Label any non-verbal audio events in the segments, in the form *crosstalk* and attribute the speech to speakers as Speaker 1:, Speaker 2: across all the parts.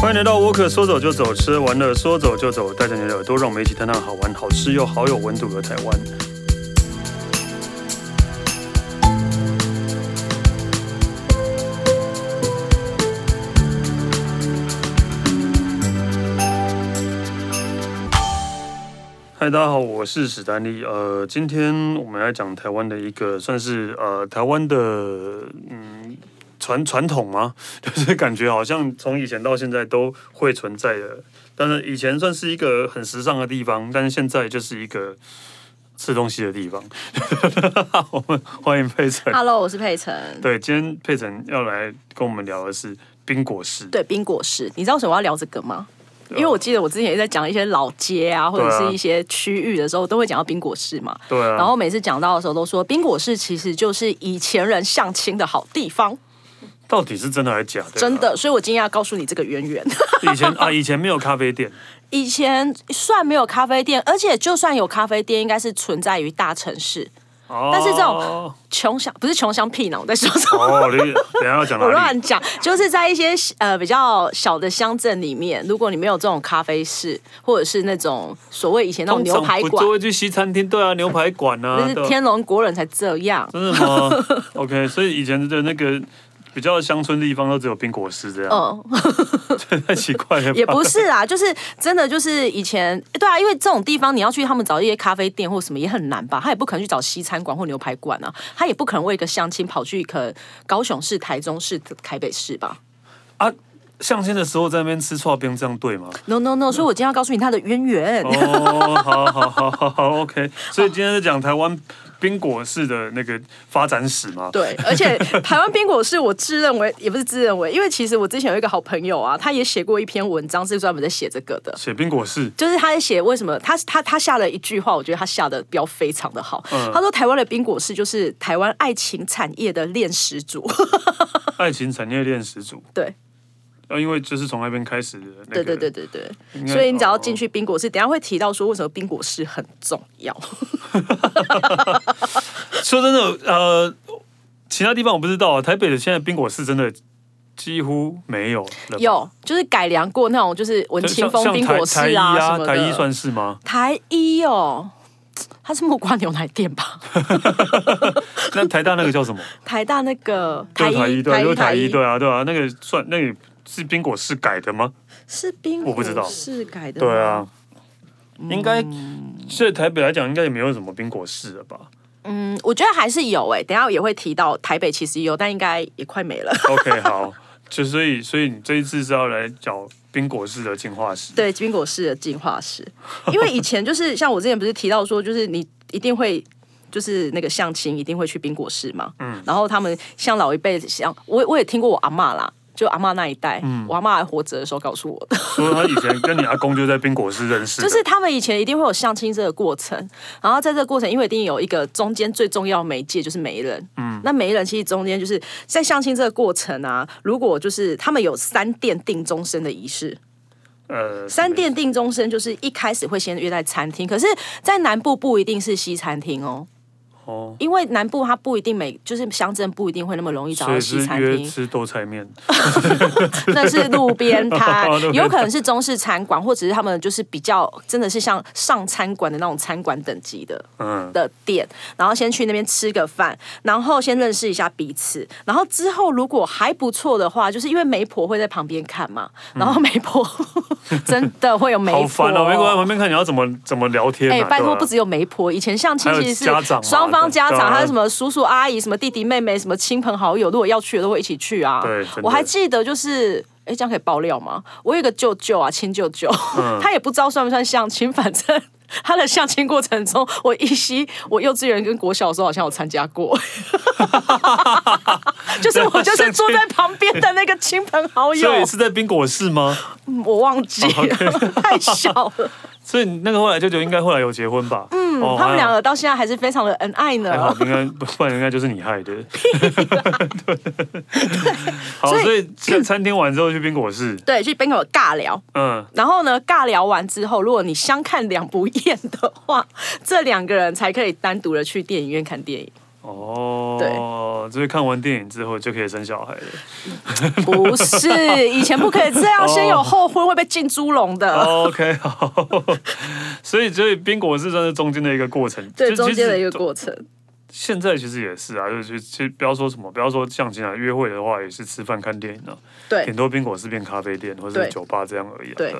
Speaker 1: 欢迎来到沃克，说走就走，吃玩乐说走就走，带着你的耳朵，让我们一起探探好玩、好吃又好有温度的台湾。嗨，大家好，我是史丹利。呃，今天我们来讲台湾的一个算是呃台湾的嗯传传统吗？就是感觉好像从以前到现在都会存在的，但是以前算是一个很时尚的地方，但是现在就是一个吃东西的地方。 *laughs* 我们欢迎佩晨。
Speaker 2: *laughs* Hello，我是佩晨。
Speaker 1: 对，今天佩晨要来跟我们聊的是冰果室。
Speaker 2: 对，冰果室，你知道为什么我要聊这个吗？因为我记得我之前也在讲一些老街啊，或者
Speaker 1: 对啊
Speaker 2: 是一些区域的时候，都会讲到冰果室嘛。
Speaker 1: 对啊，
Speaker 2: 然后每次讲到的时候，都说冰果室其实就是以前人相亲的好地方，
Speaker 1: 到底是真的还是假的啊、
Speaker 2: 真的。所以我今天要告诉你这个渊源。 *laughs*
Speaker 1: 以前啊，以前没有咖啡店，
Speaker 2: 以前算没有咖啡店，而且就算有咖啡店，应该是存在于大城市。
Speaker 1: 哦、
Speaker 2: 但是这种穷乡不是穷乡僻壤，我在说什么？
Speaker 1: 哦，你等一下要讲
Speaker 2: 我
Speaker 1: 哪里？
Speaker 2: 乱讲，就是在一些呃比较小的乡镇里面，如果你没有这种咖啡室，或者是那种所谓以前那种牛
Speaker 1: 通常
Speaker 2: 排
Speaker 1: 不
Speaker 2: 馆
Speaker 1: 就，会去西餐厅，对啊，牛排馆啊，
Speaker 2: 那是
Speaker 1: 对啊
Speaker 2: *laughs* 天龙国人才这样。
Speaker 1: 真的吗 *laughs* ？OK，所以以前的那个比较乡村地方都只有冰果室这样，
Speaker 2: 嗯，
Speaker 1: *laughs* 太奇怪了吧？
Speaker 2: 也不是啦，就是真的就是以前对啊，因为这种地方你要去他们找一些咖啡店或什么也很难吧，他也不可能去找西餐馆或牛排馆啊，他也不可能为一个相亲跑去可能高雄市、台中市、台北市吧。
Speaker 1: 啊，相亲的时候在那边吃串冰，这样对吗？
Speaker 2: No No No，所以我今天要告诉你它的渊源。
Speaker 1: 哦，好好好好好，OK。所以今天是讲台湾冰果室的那个发展史嘛？
Speaker 2: 对，而且台湾冰果是我自认为也不是自认为，因为其实我之前有一个好朋友啊，他也写过一篇文章，是专门在写这个的。
Speaker 1: 写冰果室，
Speaker 2: 就是他在写为什么他他他下了一句话，我觉得他下的标非常的好。
Speaker 1: 嗯
Speaker 2: 他说台湾的冰果室就是台湾爱情产业的炼石主。
Speaker 1: 爱情产业链始祖。
Speaker 2: *laughs* 对
Speaker 1: 啊，因为就是从那边开始的、那
Speaker 2: 对
Speaker 1: 个，
Speaker 2: 对对对
Speaker 1: 应
Speaker 2: 对，
Speaker 1: 该
Speaker 2: 所以你只要进去冰果室，等一下会提到说为什么冰果室很重
Speaker 1: *laughs*
Speaker 2: 要。
Speaker 1: 说真的，呃，其他地方我不知道啊，台北的现在冰果室真的几乎没有了。
Speaker 2: 有就是改良过那种就是文
Speaker 1: 就
Speaker 2: 青
Speaker 1: 像
Speaker 2: 风
Speaker 1: 像
Speaker 2: 冰
Speaker 1: 台
Speaker 2: 果室
Speaker 1: 台一
Speaker 2: 啊什么
Speaker 1: 台一
Speaker 2: 的。
Speaker 1: 算是吗？
Speaker 2: 台一哦，它是木瓜牛奶店吧？
Speaker 1: 那台大那个叫什么？
Speaker 2: 台大那个
Speaker 1: 对台
Speaker 2: 一
Speaker 1: 对啊，
Speaker 2: 台
Speaker 1: 就是台一，
Speaker 2: 一
Speaker 1: 对啊，对啊，那个算那个是冰果室改的吗？
Speaker 2: 是冰
Speaker 1: 我不知道
Speaker 2: 是改的吗
Speaker 1: 对啊，应该在台北来讲，应该也没有什么冰果室了吧
Speaker 2: 嗯，我觉得还是有哎、等一下也会提到台北其实有，但应该也快没了。 *laughs*
Speaker 1: ？OK，好，就所以所以你这一次是要来讲冰果室的进化史，
Speaker 2: 对，冰果室的进化史，因为以前就是像我之前不是提到说，就是你一定会。就是那个相亲一定会去冰果室嘛，嗯，然后他们像老一辈像我我也听过我阿嬷啦，就阿嬷那一代，
Speaker 1: 嗯
Speaker 2: 我阿嬷还活着的时候告诉我的，
Speaker 1: 说他以前跟你阿公就在冰果室认识的，
Speaker 2: 就是他们以前一定会有相亲这个过程，然后在这个过程，因为一定有一个中间最重要的媒介就是媒人，嗯，那媒人其实中间就是在相亲这个过程啊，如果就是他们有三殿定终身的仪式，
Speaker 1: 呃
Speaker 2: 三殿定终身就是一开始会先约在餐厅，可是，在南部不一定是西餐厅哦，
Speaker 1: 哦，
Speaker 2: 因为南部它不一定每就是乡镇不一定会那么容易找
Speaker 1: 所
Speaker 2: 到
Speaker 1: 以
Speaker 2: 西
Speaker 1: 是
Speaker 2: 餐
Speaker 1: 约
Speaker 2: 厅，
Speaker 1: 吃豆菜面，
Speaker 2: 那是路
Speaker 1: *laughs*
Speaker 2: 边摊
Speaker 1: 哦路边摊，
Speaker 2: 有可能是中式餐馆，或者是他们就是比较真的是像上餐馆的那种餐馆等级的
Speaker 1: 嗯，
Speaker 2: 的店，然后先去那边吃个饭，然后先认识一下彼此，然后之后如果还不错的话，就是因为媒婆会在旁边看嘛，然后媒婆、 *laughs* 真的会有媒婆，
Speaker 1: 好烦哦，没关系，旁边看你要怎么怎么聊天啊，
Speaker 2: 哎、拜
Speaker 1: 对
Speaker 2: 托，
Speaker 1: 啊
Speaker 2: 不只有媒婆，以前相亲
Speaker 1: 还有
Speaker 2: 其实
Speaker 1: 家长嘛
Speaker 2: 是双方家
Speaker 1: 对
Speaker 2: 长，
Speaker 1: 啊
Speaker 2: 还有什么叔叔阿姨、什么弟弟妹妹、什么亲朋好友，如果要去的都会一起去啊。
Speaker 1: 对真的
Speaker 2: 我还记得就是。哎，这样可以爆料吗？我有一个舅舅啊，亲舅舅，
Speaker 1: 嗯
Speaker 2: *laughs* 他也不知道算不算相亲，反正 *laughs* 他的相亲过程中，我依稀我幼稚园跟国小的时候好像有参加过， *laughs*
Speaker 1: *laughs*
Speaker 2: 就是我就是坐在旁边的那个亲朋好友嗯
Speaker 1: 所，以是哦在冰果室吗？
Speaker 2: 我忘记了， *laughs* 太小
Speaker 1: *laughs*
Speaker 2: 了。
Speaker 1: 所以那个后来舅舅应该后来有结婚吧？嗯，
Speaker 2: 他们两
Speaker 1: 个
Speaker 2: 个到现在还是非常的恩爱呢。
Speaker 1: 还好，还好应该不然应该就是你害
Speaker 2: *laughs*
Speaker 1: 的。对，好，所
Speaker 2: 所
Speaker 1: 以餐餐厅完之后去冰果室，
Speaker 2: 对，去宾馆尬聊。
Speaker 1: 嗯，
Speaker 2: 然后呢，尬聊完之后，如果你 *laughs* 相看两不厌的话，这两个人才可以单独的去电影院看电影。
Speaker 1: 哦，对，就是看完电影之后就可以生小孩
Speaker 2: *laughs*
Speaker 1: 了。
Speaker 2: 不是，以前不可以这样，先有后婚会被进猪笼的。
Speaker 1: OK，好，所以所以冰果是算是中间的一个过程，
Speaker 2: 对，
Speaker 1: 就
Speaker 2: 中间的一。个
Speaker 1: 其实
Speaker 2: 过程。
Speaker 1: 现在其实也是啊，就是其实不要说什么，不要说相亲啊，约会的话也是吃饭看电影啊，
Speaker 2: 对
Speaker 1: 顶，多冰果是变咖啡店或者
Speaker 2: 对
Speaker 1: 是酒吧这样而已、啊。
Speaker 2: 对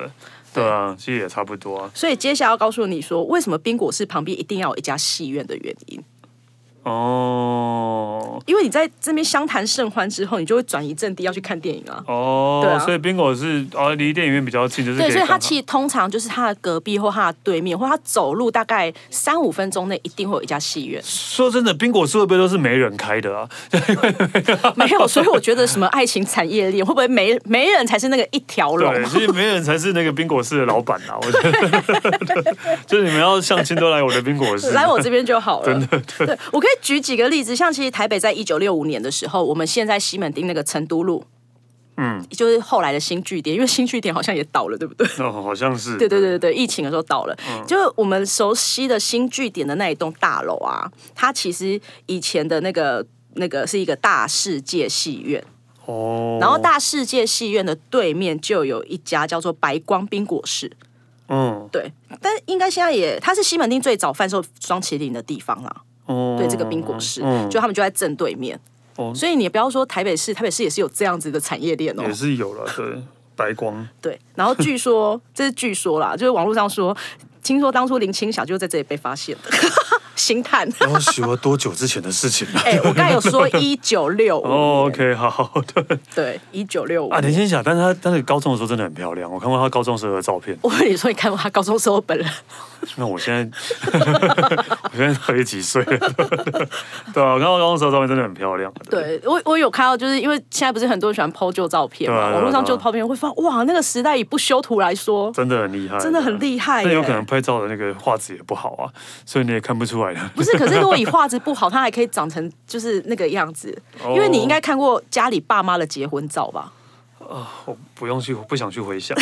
Speaker 1: 对啊，其实也差不多啊。
Speaker 2: 所以接下来要告诉你说，为什么冰果室旁边一定要有一家戏院的原因，
Speaker 1: 哦
Speaker 2: 因为你在这边相谈甚欢之后，你就会转移阵地要去看电影啊。
Speaker 1: 哦，
Speaker 2: 对啊
Speaker 1: 所以冰果是哦离电影院比较近，就是
Speaker 2: 对，
Speaker 1: 可
Speaker 2: 所以
Speaker 1: 看
Speaker 2: 他
Speaker 1: 好
Speaker 2: 其实通常就是他的隔壁或他的对面，或他走路大概三五分钟内一定会有一家戏院。
Speaker 1: 说真的，冰果是会不会都是没人开的啊？
Speaker 2: *laughs* 没有，所以我觉得什么爱情产业链会不会没没人才是那个一条龙？
Speaker 1: 对，其实没人才是那个冰果室的老板啊，我觉得，
Speaker 2: *laughs*
Speaker 1: 就是你们要相亲都来我的冰果室。
Speaker 2: 来我这边就好了。对我可以举几个例子，像其实台北在一九六五年的时候，我们现在西门町那个成都路，嗯，就是后来的新据点，因为新据点好像也倒了，对不对？
Speaker 1: 哦，好像是。
Speaker 2: 对对对嗯对对，疫情的时候倒了，就是我们熟悉的新据点的那一栋大楼啊，它其实以前的那个那个是一个大世界戏院，
Speaker 1: 哦。
Speaker 2: 然后，大世界戏院的对面就有一家叫做白光冰果室，
Speaker 1: 嗯，
Speaker 2: 对，但应该现在也，它是西门町最早贩售双麒麟的地方啦。
Speaker 1: 哦，
Speaker 2: 对这个冰果室，
Speaker 1: 嗯，
Speaker 2: 就他们就在正对面。
Speaker 1: 哦
Speaker 2: 所以你也不要说台北市，台北市也是有这样子的产业链哦
Speaker 1: 也。是有了，对，白 *laughs* 光。
Speaker 2: 对，然后
Speaker 1: *laughs*
Speaker 2: 据说这是据说啦，就是网络上说，听说当初林青霞就在这里被发现的， *laughs* 星探。
Speaker 1: 然后喜欢多久之前的事情啊了？
Speaker 2: 哎、我刚才
Speaker 1: *laughs*
Speaker 2: 有说一九六五，
Speaker 1: 哦，OK，好，对
Speaker 2: 对，一九六五
Speaker 1: 啊，。林青霞，但是她但是高中的时候真的很漂亮，我看过她高中时候的照片。
Speaker 2: 我跟你说，你看过他高中时候
Speaker 1: *laughs*
Speaker 2: 本人，
Speaker 1: 那我现在， *laughs* 我现在到底几岁了？ *laughs* 对啊，我看她高中时候的照片真的很漂亮。
Speaker 2: 对我我有看到，就是因为现在不是很多人喜欢 PO 旧照片嘛，
Speaker 1: 对啊对啊
Speaker 2: 网络上旧
Speaker 1: 对啊
Speaker 2: 照片会发，哇，那个时代以不修图来说，
Speaker 1: 真的很厉害，啊
Speaker 2: 真的很厉害
Speaker 1: 那有
Speaker 2: 耶
Speaker 1: 可能拍照的那个画质也不好啊，所以你也看不出来 *laughs* 的。
Speaker 2: 不是，可是如果以画质不好，它还可以长成就是那个样子。
Speaker 1: 哦
Speaker 2: 因为你应该看过家里爸妈的结婚照
Speaker 1: *laughs*
Speaker 2: 吧？
Speaker 1: 我不用去，不想去回
Speaker 2: *laughs*
Speaker 1: 想。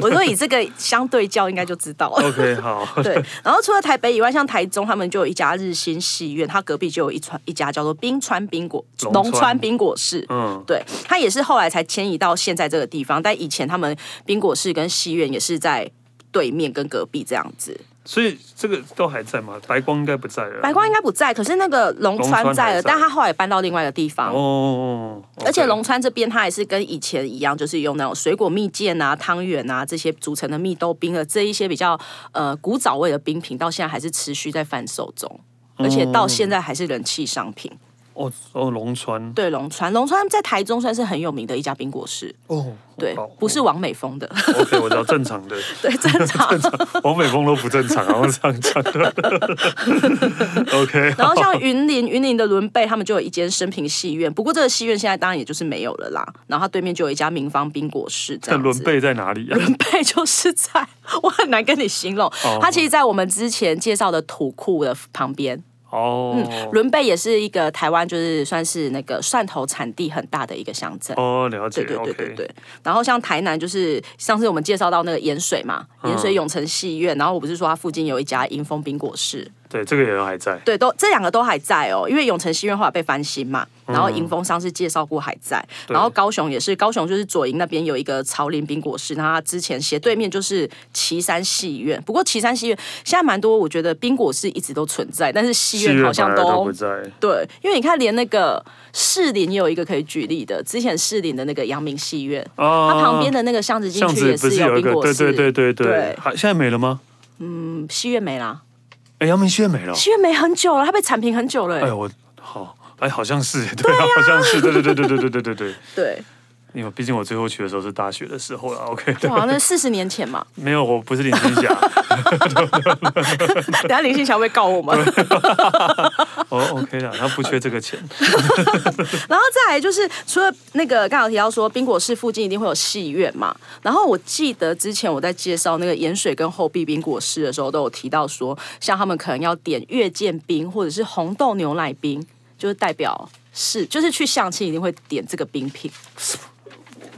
Speaker 2: 我说以这个相对较，应该就知道了。
Speaker 1: OK，好，
Speaker 2: *laughs* 对，然后除了台北以外，像台中他们就有一家日新戏院，它隔壁就有一川一家叫做冰川冰果
Speaker 1: 龙川
Speaker 2: 龙川冰果室。
Speaker 1: 嗯，
Speaker 2: 对，它也是后来才迁移到现在这个地方，但以前他们冰果室跟戏院也是在对面跟隔壁这样子。
Speaker 1: 所以这个都还在吗？白光应该不在了。
Speaker 2: 白光应该不在，可是那个龙
Speaker 1: 龙
Speaker 2: 川
Speaker 1: 川
Speaker 2: 在
Speaker 1: 还
Speaker 2: 了，
Speaker 1: 在
Speaker 2: 但他后来搬到另外一个地方。
Speaker 1: 哦，
Speaker 2: 而且龙川这边它也是跟以前一样，就是用那种水果蜜饯啊、汤圆啊这些组成的蜜豆冰的这一些比较呃古早味的冰品，到现在还是持续在贩售中。而
Speaker 1: 嗯
Speaker 2: 且到现在还是人气商品。
Speaker 1: 哦哦龙川
Speaker 2: 对龙川，龙川在台中算是很有名的一家冰果室，
Speaker 1: 哦，
Speaker 2: 对
Speaker 1: 好，
Speaker 2: 不是王美峰的， *laughs*
Speaker 1: 哦 OK，我知道正常的， *laughs*
Speaker 2: 对，正常。
Speaker 1: 王美峰都不正常，然后这样讲 *laughs* 的。OK，
Speaker 2: 然后像云林，云林的伦贝他们就有一间生平戏院，不过这个戏院现在当然也就是没有了啦。然后它对面就有一家民芳冰果室，这
Speaker 1: 那
Speaker 2: 样子。
Speaker 1: 伦贝在哪里啊？
Speaker 2: 配就是在，我很难跟你形容。
Speaker 1: 哦
Speaker 2: 它其实在我们之前介绍的土库的旁边，
Speaker 1: 哦，
Speaker 2: 伦贝也是一个台湾就是算是那个蒜头产地很大的一个乡镇。
Speaker 1: 哦，了解
Speaker 2: 对对对对
Speaker 1: ，OK，
Speaker 2: 对，然后像台南就是上次我们介绍到那个盐水嘛，
Speaker 1: 嗯
Speaker 2: 盐水永城戏院，然后我不是说它附近有一家迎风冰果室，
Speaker 1: 对，这个也还在。
Speaker 2: 对，都这两个都还在哦，因为永城戏院后来被翻新嘛，然
Speaker 1: 嗯
Speaker 2: 后迎风上次介绍过还在，然后高雄也是，高雄就是左营那边有一个朝林冰果室，那它之前斜对面就是旗山戏院，不过旗山戏院现在蛮多，我觉得冰果室一直都存在，但是戏
Speaker 1: 戏
Speaker 2: 院好
Speaker 1: 院反
Speaker 2: 像
Speaker 1: 而
Speaker 2: 都
Speaker 1: 不在，
Speaker 2: 对，因为你看连那个士林也有一个可以举例的，之前士林的那个阳明戏院，
Speaker 1: 啊
Speaker 2: 它旁边的那个巷子进
Speaker 1: 巷
Speaker 2: 去
Speaker 1: 子
Speaker 2: 也
Speaker 1: 不是
Speaker 2: 有
Speaker 1: 有一
Speaker 2: 冰
Speaker 1: 个
Speaker 2: 果
Speaker 1: 对
Speaker 2: 室，
Speaker 1: 对对对对
Speaker 2: 对，
Speaker 1: 还现在没了吗？
Speaker 2: 嗯戏院没啦，
Speaker 1: 哎，阳明戏院没了。
Speaker 2: 戏院没很久了，它被铲平很久了、欸
Speaker 1: 哎，我好，哎，好像是， *laughs* 对，好像是，对对对对对对对对对，
Speaker 2: 对，
Speaker 1: 因为毕竟我最后去的时候是大学的时候了，OK，对，
Speaker 2: 哇，那四十年前嘛。
Speaker 1: 没有，我不是林青霞，
Speaker 2: *laughs* 等下林信祥会告我们。
Speaker 1: 哦，OK 啦，他不缺这个
Speaker 2: *laughs*
Speaker 1: 钱，
Speaker 2: 然后再来就是，除了那个刚好提到说冰果室附近一定会有戏院嘛，然后我记得之前我在介绍那个盐水跟后壁冰果室的时候，都有提到说，像他们可能要点月见冰或者是红豆牛奶冰，就是代表是就是去相亲一定会点这个冰品，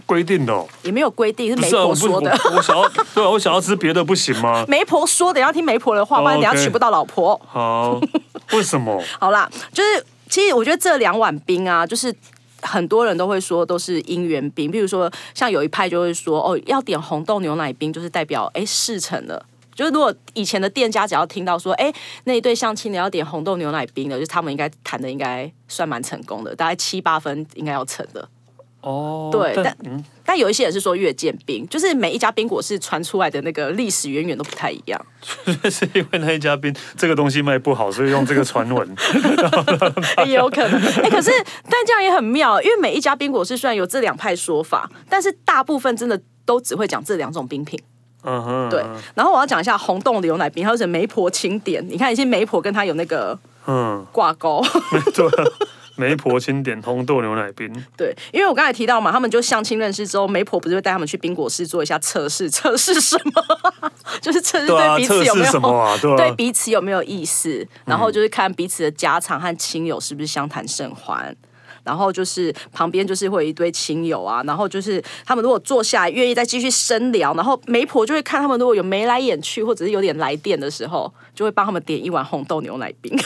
Speaker 1: 规定的哦，
Speaker 2: 也没有规定是
Speaker 1: 不
Speaker 2: 媒
Speaker 1: 是啊，
Speaker 2: 婆
Speaker 1: 我不，
Speaker 2: 说
Speaker 1: 我
Speaker 2: 的。
Speaker 1: 我想要，对啊，我想要吃别的不行吗？
Speaker 2: 媒婆说的要听媒婆的话，不然等下
Speaker 1: 哦 OK
Speaker 2: *laughs* 娶不到老婆。
Speaker 1: 好，为什么？
Speaker 2: 好啦，就是其实我觉得这两碗冰啊，就是。很多人都会说都是姻缘冰，比如说像有一派就会说哦，要点红豆牛奶冰，就是代表哎事成了。就是如果以前的店家只要听到说，哎，那一对相亲的要点红豆牛奶冰的，就是他们应该谈的应该算蛮成功的，大概七八分应该要成的。
Speaker 1: 哦，
Speaker 2: 对
Speaker 1: 但
Speaker 2: 但
Speaker 1: 嗯，
Speaker 2: 但有一些人是说月见冰，就是每一家冰果室传出来的那个历史渊源都不太一样。
Speaker 1: *laughs* 是因为那一家冰这个东西卖不好，所以用这个传
Speaker 2: *laughs*
Speaker 1: 闻。
Speaker 2: 也有可能。哎、可是但这样也很妙，因为每一家冰果室虽然有这两派说法，但是大部分真的都只会讲这两种冰品。
Speaker 1: 嗯哼，
Speaker 2: 对，然后我要讲一下红豆牛奶冰，它是媒婆钦点。你看，一些媒婆跟它有那个
Speaker 1: 嗯， *laughs*
Speaker 2: 挂钩。 *laughs*
Speaker 1: 对啊，媒婆清点红豆牛奶冰，
Speaker 2: 对，因为我刚才提到嘛，他们就相亲认识之后，媒婆不是会带他们去冰果室做一下测试？测试什么？ *laughs* 就是测试
Speaker 1: 对啊，
Speaker 2: 对彼
Speaker 1: 测
Speaker 2: 此有
Speaker 1: 试
Speaker 2: 没有
Speaker 1: 什么
Speaker 2: *laughs*
Speaker 1: 啊？嗯对
Speaker 2: 对
Speaker 1: 啊，
Speaker 2: 彼此有没有意思，然后就是看彼此的家常和亲友是不是相谈甚欢。然后就是旁边就是会有一堆亲友啊，然后就是他们如果坐下来愿意再继续深聊，然后媒婆就会看他们如果有眉来眼去或者是有点来电的时候，就会帮他们点一碗红豆牛奶 *laughs* 冰。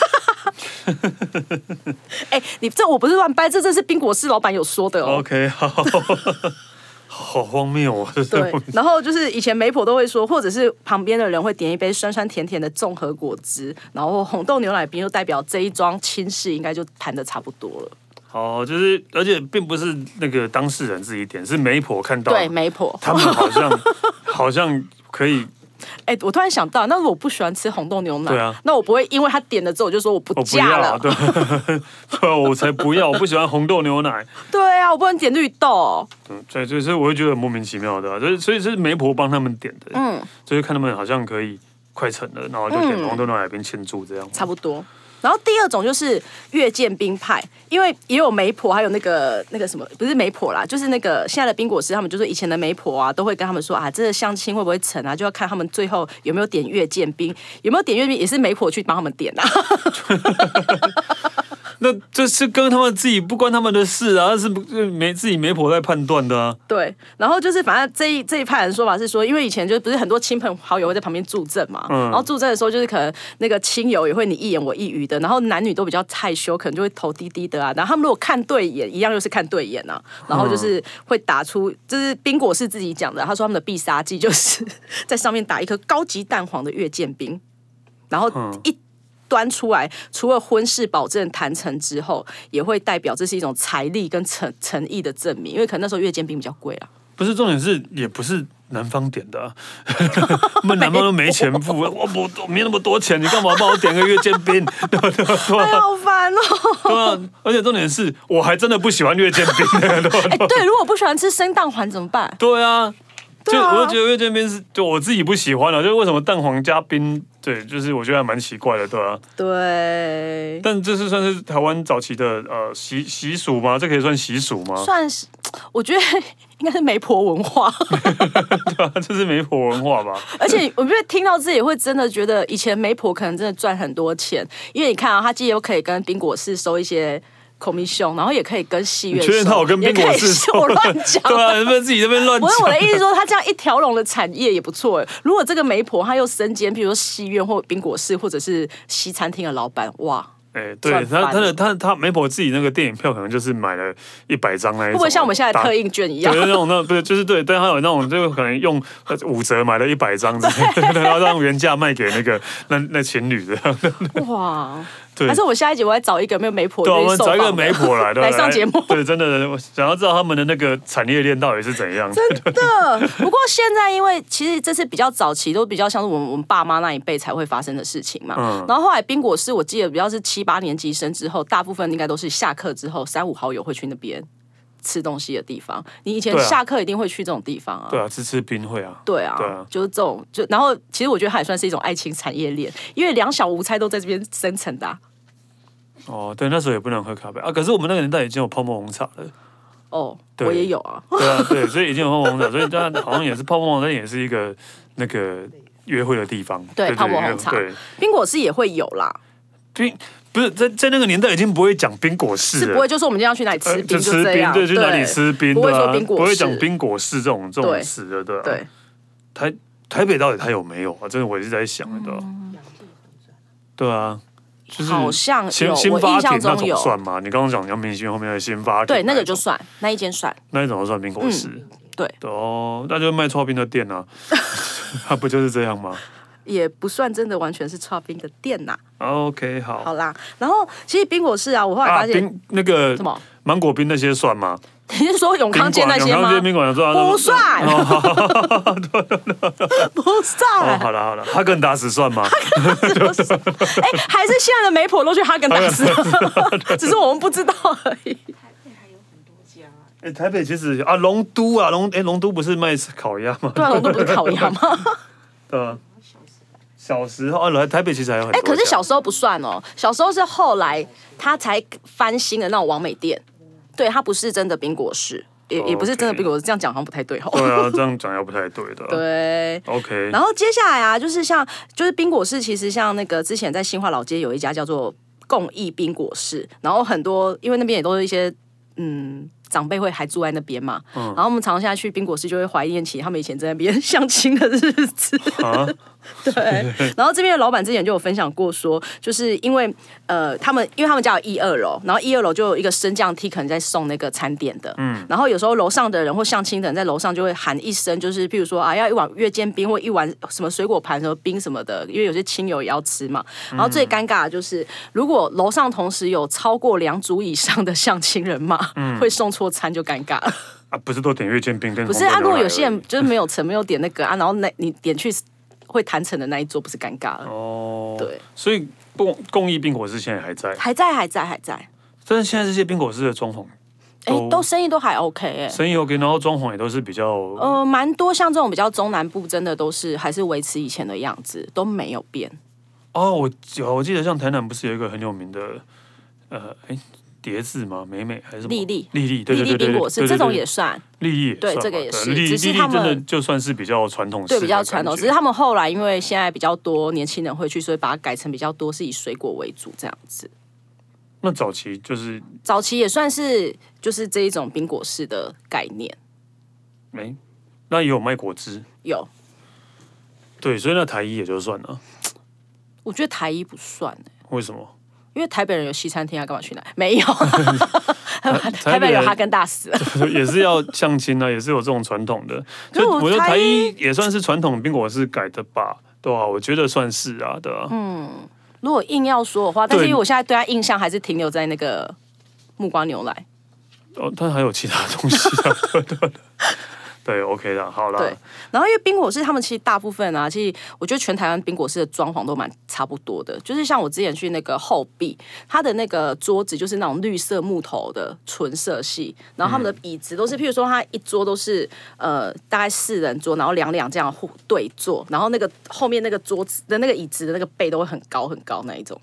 Speaker 2: 哎、你这我不是乱掰，这真是冰果室老板有说的哦。
Speaker 1: OK，好， *laughs* 好荒谬啊！
Speaker 2: 对，然后就是以前媒婆都会说，或者是旁边的人会点一杯酸酸甜甜的综合果汁，然后红豆牛奶冰，就代表这一桩亲事应该就谈的差不多了。
Speaker 1: 好，就是而且并不是那个当事人自己点，是媒婆看到，
Speaker 2: 对，媒婆。
Speaker 1: 他们好
Speaker 2: *laughs*
Speaker 1: 像好像可以，
Speaker 2: 哎、我突然想到，那如果我不喜欢吃红豆牛奶，
Speaker 1: 对啊
Speaker 2: 那我不会因为他点了之后我就说我不
Speaker 1: 我不
Speaker 2: 嫁
Speaker 1: 要
Speaker 2: 了
Speaker 1: 啊，。对， *laughs* 对啊，我才不要，我不喜欢红豆牛奶，
Speaker 2: 对啊，我不能点绿豆。
Speaker 1: 嗯，所以所以所以我会觉得很莫名其妙的、啊，所以所以是媒婆帮他们点的，
Speaker 2: 嗯，
Speaker 1: 就是看他们好像可以快成了，然后就点红豆牛奶边庆祝这样，
Speaker 2: 差不多。然后第二种就是月见冰派，因为也有媒婆，还有那个那个什么，不是媒婆啦，就是那个现在的冰果师，他们就说以前的媒婆啊，都会跟他们说啊，这个相亲会不会成啊，就要看他们最后有没有点月见冰，有没有点月见冰也是媒婆去帮他们点啊。
Speaker 1: 那这是跟他们自己不关他们的事啊，那是不是媒自己媒婆在判断的啊，
Speaker 2: 对，然后就是反正这一这一派人说法是说，因为以前就不是很多亲朋好友会在旁边助阵嘛，然后助阵的时候就是可能那个亲友也会你一言我一语的，然后男女都比较害羞，可能就会头低低的啊，然后他们如果看对眼，一样又是看对眼啊，然后就是会打出，就是冰果是自己讲的，他说他们的必杀技就是在上面打一颗高级蛋黄的月见冰，然后一。端出来，除了婚事保证谈成之后，也会代表这是一种财力跟诚诚意的证明，因为可能那时候月见冰比较贵啦。啊
Speaker 1: 不是重点是也不是男方点的、啊，他们男方都没钱付，啊我我我没那么多钱，你干嘛帮我点个月见冰？对吧对吧对吧
Speaker 2: 哎，好烦哦！
Speaker 1: *laughs* 对啊，而且重点是我还真的不喜欢月见冰，对吧
Speaker 2: 哎，对，如果不喜欢吃生蛋黄怎么办？
Speaker 1: 对啊，就
Speaker 2: 对啊
Speaker 1: 我就觉得月见冰是就我自己不喜欢啊了，就是为什么蛋黄加冰，对，就是我觉得还蛮奇怪的，对啊。
Speaker 2: 对，
Speaker 1: 但这是算是台湾早期的呃习习俗吗？这可以算习俗吗？
Speaker 2: 算是，我觉得应该是媒婆文化， *laughs*
Speaker 1: 对啊， *laughs* 这是媒婆文化吧？
Speaker 2: 而且我觉得听到自己会真的觉得，以前媒婆可能真的赚很多钱，因为你看啊，她既有可以跟冰果室收一些 commission，然后也可以跟戏院
Speaker 1: 你
Speaker 2: 收，
Speaker 1: 确定她有跟冰果室收
Speaker 2: *laughs* 收？我乱 *laughs* 讲。
Speaker 1: *laughs* 对啊，你们自己这边乱
Speaker 2: 不是我
Speaker 1: 讲。
Speaker 2: 的意思说，她这样一条龙的产业也不错哎。如果这个媒婆她又身兼，比如说戏院或冰果室或者是西餐厅的老板，哇，
Speaker 1: 哎、对
Speaker 2: 赚翻
Speaker 1: 他
Speaker 2: 了
Speaker 1: 他的他他媒婆自己那个电影票可能就是买了一百张那一种，
Speaker 2: 会不会像我们现在
Speaker 1: 打
Speaker 2: 特啊印券一样
Speaker 1: 对，？那种那不是就是对，但他有那种就可能用呃五折买了一百张之类
Speaker 2: *laughs*
Speaker 1: 的，然后让原价卖给那个那那情侣的。
Speaker 2: 哇！
Speaker 1: 对
Speaker 2: 还是我下一集我来找一个没有媒婆
Speaker 1: 对啊，
Speaker 2: 愿
Speaker 1: 我们
Speaker 2: 意受
Speaker 1: 找
Speaker 2: 访
Speaker 1: 一
Speaker 2: 的，
Speaker 1: 个媒婆来，对
Speaker 2: 来上节目。
Speaker 1: 对，真的想要知道他们的那个产业链到底是怎样。
Speaker 2: 真的，不过现在因为其实这是比较早期，都比较像是我们我们爸妈那一辈才会发生的事情嘛。
Speaker 1: 嗯
Speaker 2: 然后后来冰果室，我记得比较是七八年级生之后，大部分应该都是下课之后三五好友会去那边吃东西的地方。你以前
Speaker 1: 对啊
Speaker 2: 下课一定会去这种地方啊。
Speaker 1: 对啊，吃吃冰会啊。
Speaker 2: 对啊，
Speaker 1: 对啊
Speaker 2: 就是这种，就然后其实我觉得它也算是一种爱情产业链，因为两小无猜都在这边生成的啊、
Speaker 1: 哦，对，那时候也不能喝咖啡啊。可是我们那个年代已经有泡沫红茶了。
Speaker 2: 哦，
Speaker 1: 对
Speaker 2: 我也有啊，
Speaker 1: 对啊，对，所以已经有泡沫红
Speaker 2: *laughs*
Speaker 1: 茶，所以大家好像也是泡沫红茶，也是一个那个约会的地方。
Speaker 2: 对泡沫红
Speaker 1: 对
Speaker 2: 茶
Speaker 1: 对，
Speaker 2: 冰果室也会有啦。
Speaker 1: 冰不是在在那个年代已经不会讲冰果室
Speaker 2: 是
Speaker 1: 了
Speaker 2: 不。会，就说我们今天要去哪里吃
Speaker 1: 呃
Speaker 2: 冰，
Speaker 1: 就吃
Speaker 2: 这
Speaker 1: 冰，
Speaker 2: 样，
Speaker 1: 对，去哪里吃冰，
Speaker 2: 不
Speaker 1: 对
Speaker 2: 会
Speaker 1: 啊
Speaker 2: 说冰果
Speaker 1: 不会
Speaker 2: 室
Speaker 1: 讲冰果室这种这种
Speaker 2: 对
Speaker 1: 词的，对啊
Speaker 2: 对，
Speaker 1: 台台北到底它有没有啊？真的我一直在想，对吧？对啊，就是
Speaker 2: 好像有
Speaker 1: 先先
Speaker 2: 我
Speaker 1: 发
Speaker 2: 印
Speaker 1: 帖
Speaker 2: 象
Speaker 1: 那
Speaker 2: 中
Speaker 1: 种
Speaker 2: 有，
Speaker 1: 算吗？你刚刚讲杨明星后面的先发帖
Speaker 2: 对，那
Speaker 1: 一
Speaker 2: 个就
Speaker 1: 种
Speaker 2: 算那一间算，
Speaker 1: 那一种就算民国
Speaker 2: 嗯
Speaker 1: 史。
Speaker 2: 对
Speaker 1: 哦，那就卖刨冰的店
Speaker 2: *laughs*
Speaker 1: 啊，他不就是这样吗
Speaker 2: 也不算真的完全是刨冰的店呐、
Speaker 1: 啊？OK，好。
Speaker 2: 好啦，然后其实冰果室啊，我后来
Speaker 1: 啊，
Speaker 2: 发现、
Speaker 1: 冰那个
Speaker 2: 什么？
Speaker 1: 芒果冰那些算吗？
Speaker 2: *laughs* 你是说永康街那些
Speaker 1: 永
Speaker 2: 吗
Speaker 1: 康？街宾馆算啊
Speaker 2: 不算， *laughs* 不
Speaker 1: 哦，
Speaker 2: *laughs* 算，
Speaker 1: 好了好了，哈根达斯算吗？
Speaker 2: 哎，还是现在的媒婆都去哈根达
Speaker 1: *laughs*
Speaker 2: 斯， *laughs* 只是我们不知道而已。
Speaker 3: 台北还有很多家啊，
Speaker 1: 哎，台北其实啊，龙都啊，龙哎，龙都不是卖烤鸭吗？
Speaker 2: 对啊，龙都不是烤鸭吗？
Speaker 1: 对啊，
Speaker 3: 然后小时候
Speaker 1: 小时候啊，来台北其实还有很
Speaker 2: 哎，
Speaker 1: 多家。
Speaker 2: 可是小时候不算哦，小时候是后来他才翻新的那种王美店，对，它不是真的冰果室，也也不是真的
Speaker 1: OK
Speaker 2: 冰果室，这样讲好像不太对哦。
Speaker 1: *laughs* 对啊，这样讲也不太对的。
Speaker 2: 对，
Speaker 1: ，OK，
Speaker 2: 然后接下来啊，就是像就是冰果室，其实像那个之前在新化老街有一家叫做共益冰果室，然后很多因为那边也都是一些嗯。长辈会还住在那边嘛，然后我们常常现在去冰果室就会怀念起他们以前在那边相亲的日子。
Speaker 1: 啊，
Speaker 2: 对，然后这边的老板之前就有分享过说，就是因为呃，他们因为他们家有一二楼，然后一二楼就有一个升降梯，可能在送那个餐点的。嗯，然后有时候楼上的人或相亲的人在楼上就会喊一声，就是譬如说啊，要一碗月见冰或一碗什么水果盘什么冰什么的，因为有些亲友也要吃嘛。然后最尴尬的就是，如果楼上同时有超过两组以上的相亲人嘛，会送错餐就尴尬了。
Speaker 1: 啊，不是都点月见冰跟
Speaker 2: 不是
Speaker 1: 红
Speaker 2: 啊，
Speaker 1: 豆
Speaker 2: 如果
Speaker 1: 牛奶
Speaker 2: 有些
Speaker 1: 而
Speaker 2: 人
Speaker 1: 已
Speaker 2: 就是没有成，没有点那个啊，然后那你点去会谈成的那一桌，不是尴尬了？
Speaker 1: 哦，
Speaker 2: 对，
Speaker 1: 所以共共益冰果室现在还在，
Speaker 2: 还在，还在，还在。
Speaker 1: 但是现在这些冰果室的装潢
Speaker 2: 哎、
Speaker 1: 都
Speaker 2: 都生意都还 OK 哎、
Speaker 1: 生意 OK，然后装潢也都是比较
Speaker 2: 呃，蛮多像这种比较中南部，真的都是还是维持以前的样子，都没有变。
Speaker 1: 哦，我有我记得像台南不是有一个很有名的，呃，哎，碟子吗？美美还是什么
Speaker 2: 丽丽
Speaker 1: 丽丽，对
Speaker 2: 丽
Speaker 1: 对对
Speaker 2: 丽
Speaker 1: 对，
Speaker 2: 冰
Speaker 1: 对
Speaker 2: 果
Speaker 1: 对
Speaker 2: 是
Speaker 1: 对
Speaker 2: 这种
Speaker 1: 对
Speaker 2: 也算，
Speaker 1: 丽丽也
Speaker 2: 对
Speaker 1: 算
Speaker 2: 这个
Speaker 1: 嘛
Speaker 2: 也
Speaker 1: 对
Speaker 2: 是
Speaker 1: 丽
Speaker 2: 只是
Speaker 1: 丽丽
Speaker 2: 他
Speaker 1: 真的
Speaker 2: 们
Speaker 1: 就算是比较传统式的感
Speaker 2: 对，
Speaker 1: 觉，
Speaker 2: 比较传统。只是他们后来因为现在比较多年轻人会去，所以把它改成比较多是以水果为主这样子。
Speaker 1: 那早期就是
Speaker 2: 早期也算是就是这一种冰果式的概念，
Speaker 1: 没，哎那也有卖果汁，
Speaker 2: 有。
Speaker 1: 对，所以那台一也就算了，
Speaker 2: 我觉得台一不算、欸
Speaker 1: 为什
Speaker 2: *laughs*
Speaker 1: 么？
Speaker 2: 因为台北人有西餐厅，他啊干嘛去那？没
Speaker 1: *laughs*
Speaker 2: 有，
Speaker 1: 台
Speaker 2: 台
Speaker 1: 北
Speaker 2: 北有
Speaker 1: 人
Speaker 2: 哈根达斯。
Speaker 1: 也是要相亲
Speaker 2: *laughs*
Speaker 1: 啊，也是有这种传统的。所
Speaker 2: 可
Speaker 1: 以
Speaker 2: 是
Speaker 1: 我觉得
Speaker 2: 我
Speaker 1: 台
Speaker 2: 台
Speaker 1: 一也算是传统冰果是改的吧，对啊，我觉得算是啊，对啊。
Speaker 2: 嗯如果硬要说的话，但是
Speaker 1: 对
Speaker 2: 因为我现在对他印象还是停留在那个木瓜牛奶，
Speaker 1: 哦，但还有其他东西啊，对对
Speaker 2: *laughs*
Speaker 1: 对对，OK 的，好啦
Speaker 2: 对。然后因为冰果室他们其实大部分啊，其实我觉得全台湾冰果室的装潢都蛮差不多的，就是像我之前去那个后壁，它的那个桌子就是那种绿色木头的纯色系，然后他们的椅子都是，譬如说它一桌都是呃大概四人桌，然后两两这样互对坐，然后那个后面那个桌子的那个椅子的那个背都会很高很高那一种。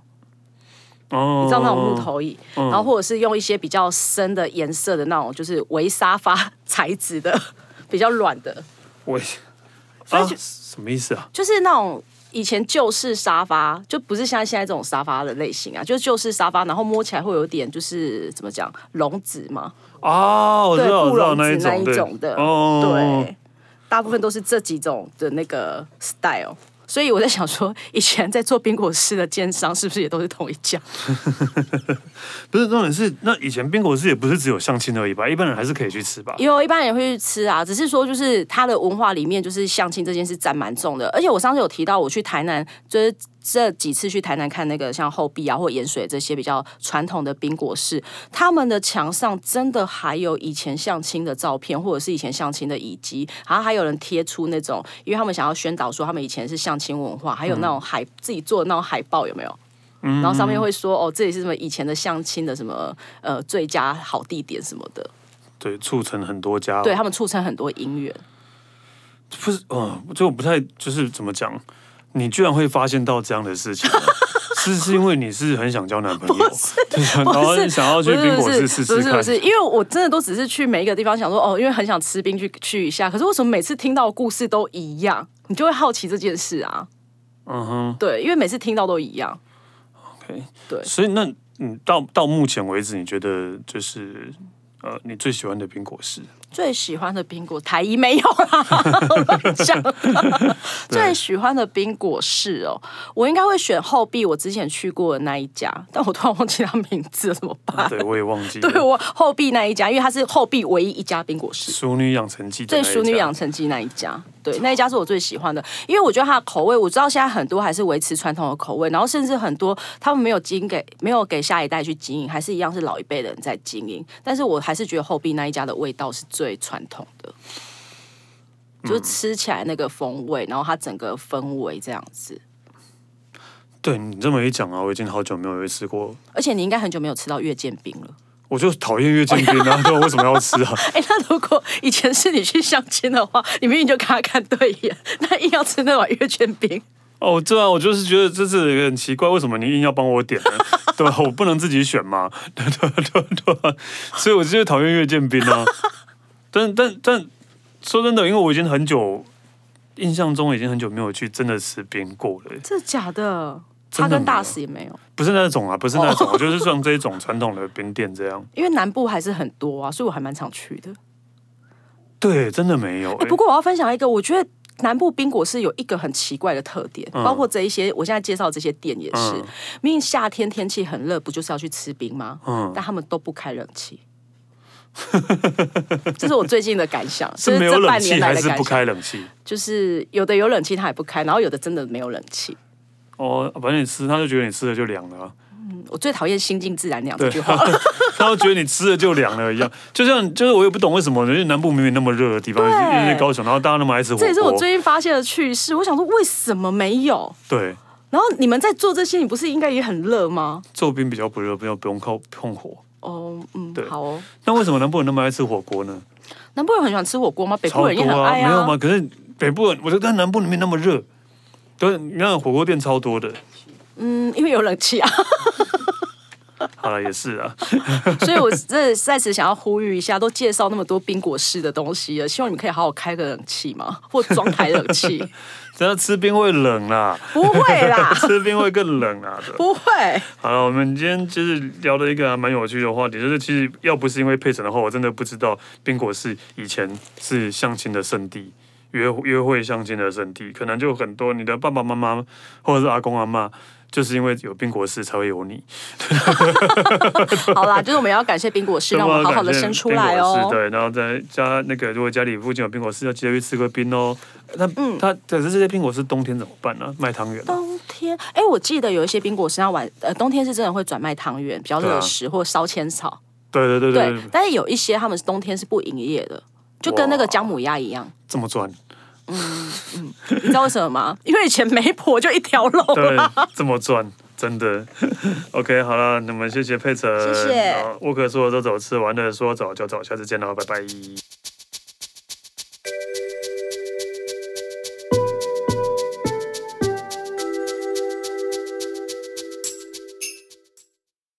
Speaker 1: 哦，嗯
Speaker 2: 你知道那种木头椅，然后或者是用一些比较深的颜色的那种，就是围沙发材质的， *laughs* 比较软的，
Speaker 1: 我
Speaker 2: 所以
Speaker 1: 啊
Speaker 2: 就
Speaker 1: 什么意思啊？
Speaker 2: 就是那种以前旧式沙发，就不是像现在这种沙发的类型啊，就是旧式沙发，然后摸起来会有点就是怎么讲笼子嘛，
Speaker 1: 哦，我知
Speaker 2: 对，
Speaker 1: 道，我
Speaker 2: 布
Speaker 1: 知道
Speaker 2: 笼
Speaker 1: 那
Speaker 2: 子
Speaker 1: 一
Speaker 2: 那
Speaker 1: 种
Speaker 2: 一
Speaker 1: 对
Speaker 2: 种的，
Speaker 1: 哦，
Speaker 2: 对，大部分都是这几种的那个 style。所以我在想说，以前在做冰果室的奸商是不是也都是同一家？
Speaker 1: 不是重点是，那以前冰果室也不是只有相亲而已吧？一般人还是可以去吃吧？
Speaker 2: 有一般人会去吃啊，只是说就是他的文化里面就是相亲这件事占蛮重的，而且我上次有提到我去台南，就是这几次去台南看那个像后壁啊或盐水这些比较传统的冰果室，他们的墙上真的还有以前相亲的照片，或者是以前相亲的遗迹，然后还有人贴出那种，因为他们想要宣导说他们以前是相亲文化，还有那种海、自己做的那种海报有没有？然后上面会说哦，这里是什么以前的相亲的什么呃最佳好地点什么的，
Speaker 1: 对，促成很多家
Speaker 2: 对他们促成很多姻缘。
Speaker 1: 不是，嗯，这我不太就是怎么讲，你居然会发现到这样的事情
Speaker 2: *laughs*
Speaker 1: 啊。是是因为你是很想交男朋友，对然
Speaker 2: 哦
Speaker 1: 后想要去
Speaker 2: 不是
Speaker 1: 冰
Speaker 2: 不
Speaker 1: 果室
Speaker 2: 是
Speaker 1: 试试
Speaker 2: 不是
Speaker 1: 看
Speaker 2: 不，是，因为我真的都只是去每一个地方想说哦，因为很想吃冰去去一下，可是为什么每次听到的故事都一样，你就会好奇这件事啊？
Speaker 1: 嗯哼。
Speaker 2: 对，因为每次听到都一样。
Speaker 1: OK，
Speaker 2: 对
Speaker 1: 嗯所以那你到到目前为止，你觉得就是呃，你最喜欢的冰果
Speaker 2: *laughs*
Speaker 1: 是？
Speaker 2: 最喜欢的冰果台一没有啦， *laughs* 乱讲。最喜欢的冰果是哦，我应该会选后壁，我之前去过的那一家，但我突然忘记他名字了，怎么办？
Speaker 1: 对，我也忘记了。
Speaker 2: 对我后壁那一家，因为它是后壁唯一一家冰果室。
Speaker 1: 淑女养成记》
Speaker 2: 对《熟女养成记》那一家，对那一家是我最喜欢的，因为我觉得它的口味，我知道现在很多还是维持传统的口味，然后甚至很多他们没有经营给没有给下一代去经营，还是一样是老一辈的人在经营，但是我还是觉得后壁那一家的味道是最传统的，就是吃起来那个风味，然后它整个氛围这样子，
Speaker 1: 对你这么一讲啊，我已经好久没有吃过，
Speaker 2: 而且你应该很久没有吃到月见冰了。 *laughs*
Speaker 1: 我就讨厌月见冰啊， *laughs* 对，我为什么要吃啊？
Speaker 2: 哎、那如果以前是你去相亲的话，你明明就跟他看对眼，那硬要吃那碗月见冰。
Speaker 1: 哦，对啊，我就是觉得这是很奇怪，为什么你硬要帮我点
Speaker 2: *laughs*
Speaker 1: 呢？对啊吧？我不能自己选嘛，对对对对啊，所以我就是讨厌月见冰
Speaker 2: *laughs*
Speaker 1: 啊。但但但说真的，因为我已经很久，印象中已经很久没有去真的吃冰过了。
Speaker 2: 真的假的？
Speaker 1: 真
Speaker 2: 他
Speaker 1: 的
Speaker 2: 跟
Speaker 1: 没
Speaker 2: 大
Speaker 1: 有
Speaker 2: 使也没有，
Speaker 1: 不是那种啊，不是那
Speaker 2: 哦
Speaker 1: 种，我就是像这一种传统的冰店这样。
Speaker 2: 因为南部还是很多啊，所以我还蛮常去的。
Speaker 1: 对，真的没有、
Speaker 2: 哎、
Speaker 1: 欸
Speaker 2: 不过我要分享一个，我觉得。南部冰果是有一个很奇怪的特点，
Speaker 1: 嗯
Speaker 2: 包括这一些我现在介绍的这些店也是
Speaker 1: 嗯。
Speaker 2: 明明夏天天气很热，不就是要去吃冰吗？
Speaker 1: 嗯
Speaker 2: 但他们都不开冷气， *laughs* 这是我最近的感想，
Speaker 1: *laughs* 是
Speaker 2: 这
Speaker 1: 没有
Speaker 2: 这
Speaker 1: 冷
Speaker 2: 半年
Speaker 1: 气
Speaker 2: 来
Speaker 1: 还
Speaker 2: 的
Speaker 1: 是
Speaker 2: 感
Speaker 1: 不
Speaker 2: 想。
Speaker 1: 开冷气？
Speaker 2: 就是有的有冷气它也不开，然后有的真的没有冷气。
Speaker 1: 哦，反正你吃，他就觉得你吃了就凉了啊、
Speaker 2: 嗯我最讨厌“心静自然凉”这
Speaker 1: 对
Speaker 2: 句话了。
Speaker 1: 他就觉得你吃了就凉了一样。 *laughs* 就像，就是我也不懂为什么，因为南部明明那么热的地方，
Speaker 2: 对
Speaker 1: 就是高雄，然后大家那么爱吃火锅，
Speaker 2: *laughs* 这也是我最近发现的趣事。我想说，为什么没有？
Speaker 1: 对
Speaker 2: 然后你们在做这些，你不是应该也很热吗？
Speaker 1: 做冰比较不热，不要不用靠碰火。
Speaker 2: 哦，嗯
Speaker 1: 对，
Speaker 2: 好哦。
Speaker 1: 那为什么南部人那么爱吃火锅呢？
Speaker 2: 南部人很喜欢吃火锅吗？北部
Speaker 1: 超
Speaker 2: 人也
Speaker 1: 多
Speaker 2: 很
Speaker 1: 啊，
Speaker 2: 爱
Speaker 1: 没
Speaker 2: 啊。
Speaker 1: 有吗？可是北部人，我觉得南部里面那么热，对，你看火锅店超多的。
Speaker 2: 嗯，因为有冷气 *laughs* 啊，
Speaker 1: 好了，也是啊， *laughs*
Speaker 2: 所以我这在此想要呼吁一下，都介绍那么多冰果式的东西了，希望你们可以好好开个冷气 *laughs* 嘛，或装台冷 *laughs* 气。
Speaker 1: 只要吃冰会冷啦，
Speaker 2: 不会 *laughs* 啦，
Speaker 1: 吃冰会更冷啦的。
Speaker 2: 不会。
Speaker 1: 好了，我们今天就是聊了一个还蛮有趣的话题，就是其实要不是因为佩晨的话，我真的不知道冰果是以前是相亲的圣地，约约会相亲的圣地，可能就很多你的爸爸妈妈或者是阿公阿妈，就是因为有冰果室才会有你，
Speaker 2: 好啦，就是我们要感谢冰果室， *laughs* 让我们好好的生出来
Speaker 1: 冰果室
Speaker 2: 哦。
Speaker 1: 对，然后在家那个如果家里附近有冰果室，要记得去吃个冰哦。那它可是这些冰果室冬天怎么办呢、卖汤圆啊、
Speaker 2: 嗯冬天，哎、我记得有一些冰果室要晚，呃，冬天是真的会转卖汤圆，比较
Speaker 1: 对啊
Speaker 2: 热食或烧千草。
Speaker 1: 对对对对
Speaker 2: 对
Speaker 1: 对，，
Speaker 2: 但是有一些他们是冬天是不营业的，就跟那个姜母鸭一样。
Speaker 1: 这么赚，
Speaker 2: 你知道为什么吗？因为以前媒婆就一条龙
Speaker 1: 对
Speaker 2: 啦。，
Speaker 1: 这么赚，真的。OK，好了，那么谢谢佩晨，
Speaker 2: 谢谢
Speaker 1: 好沃克说走走吃，玩的说走就走，下次见喽，拜拜。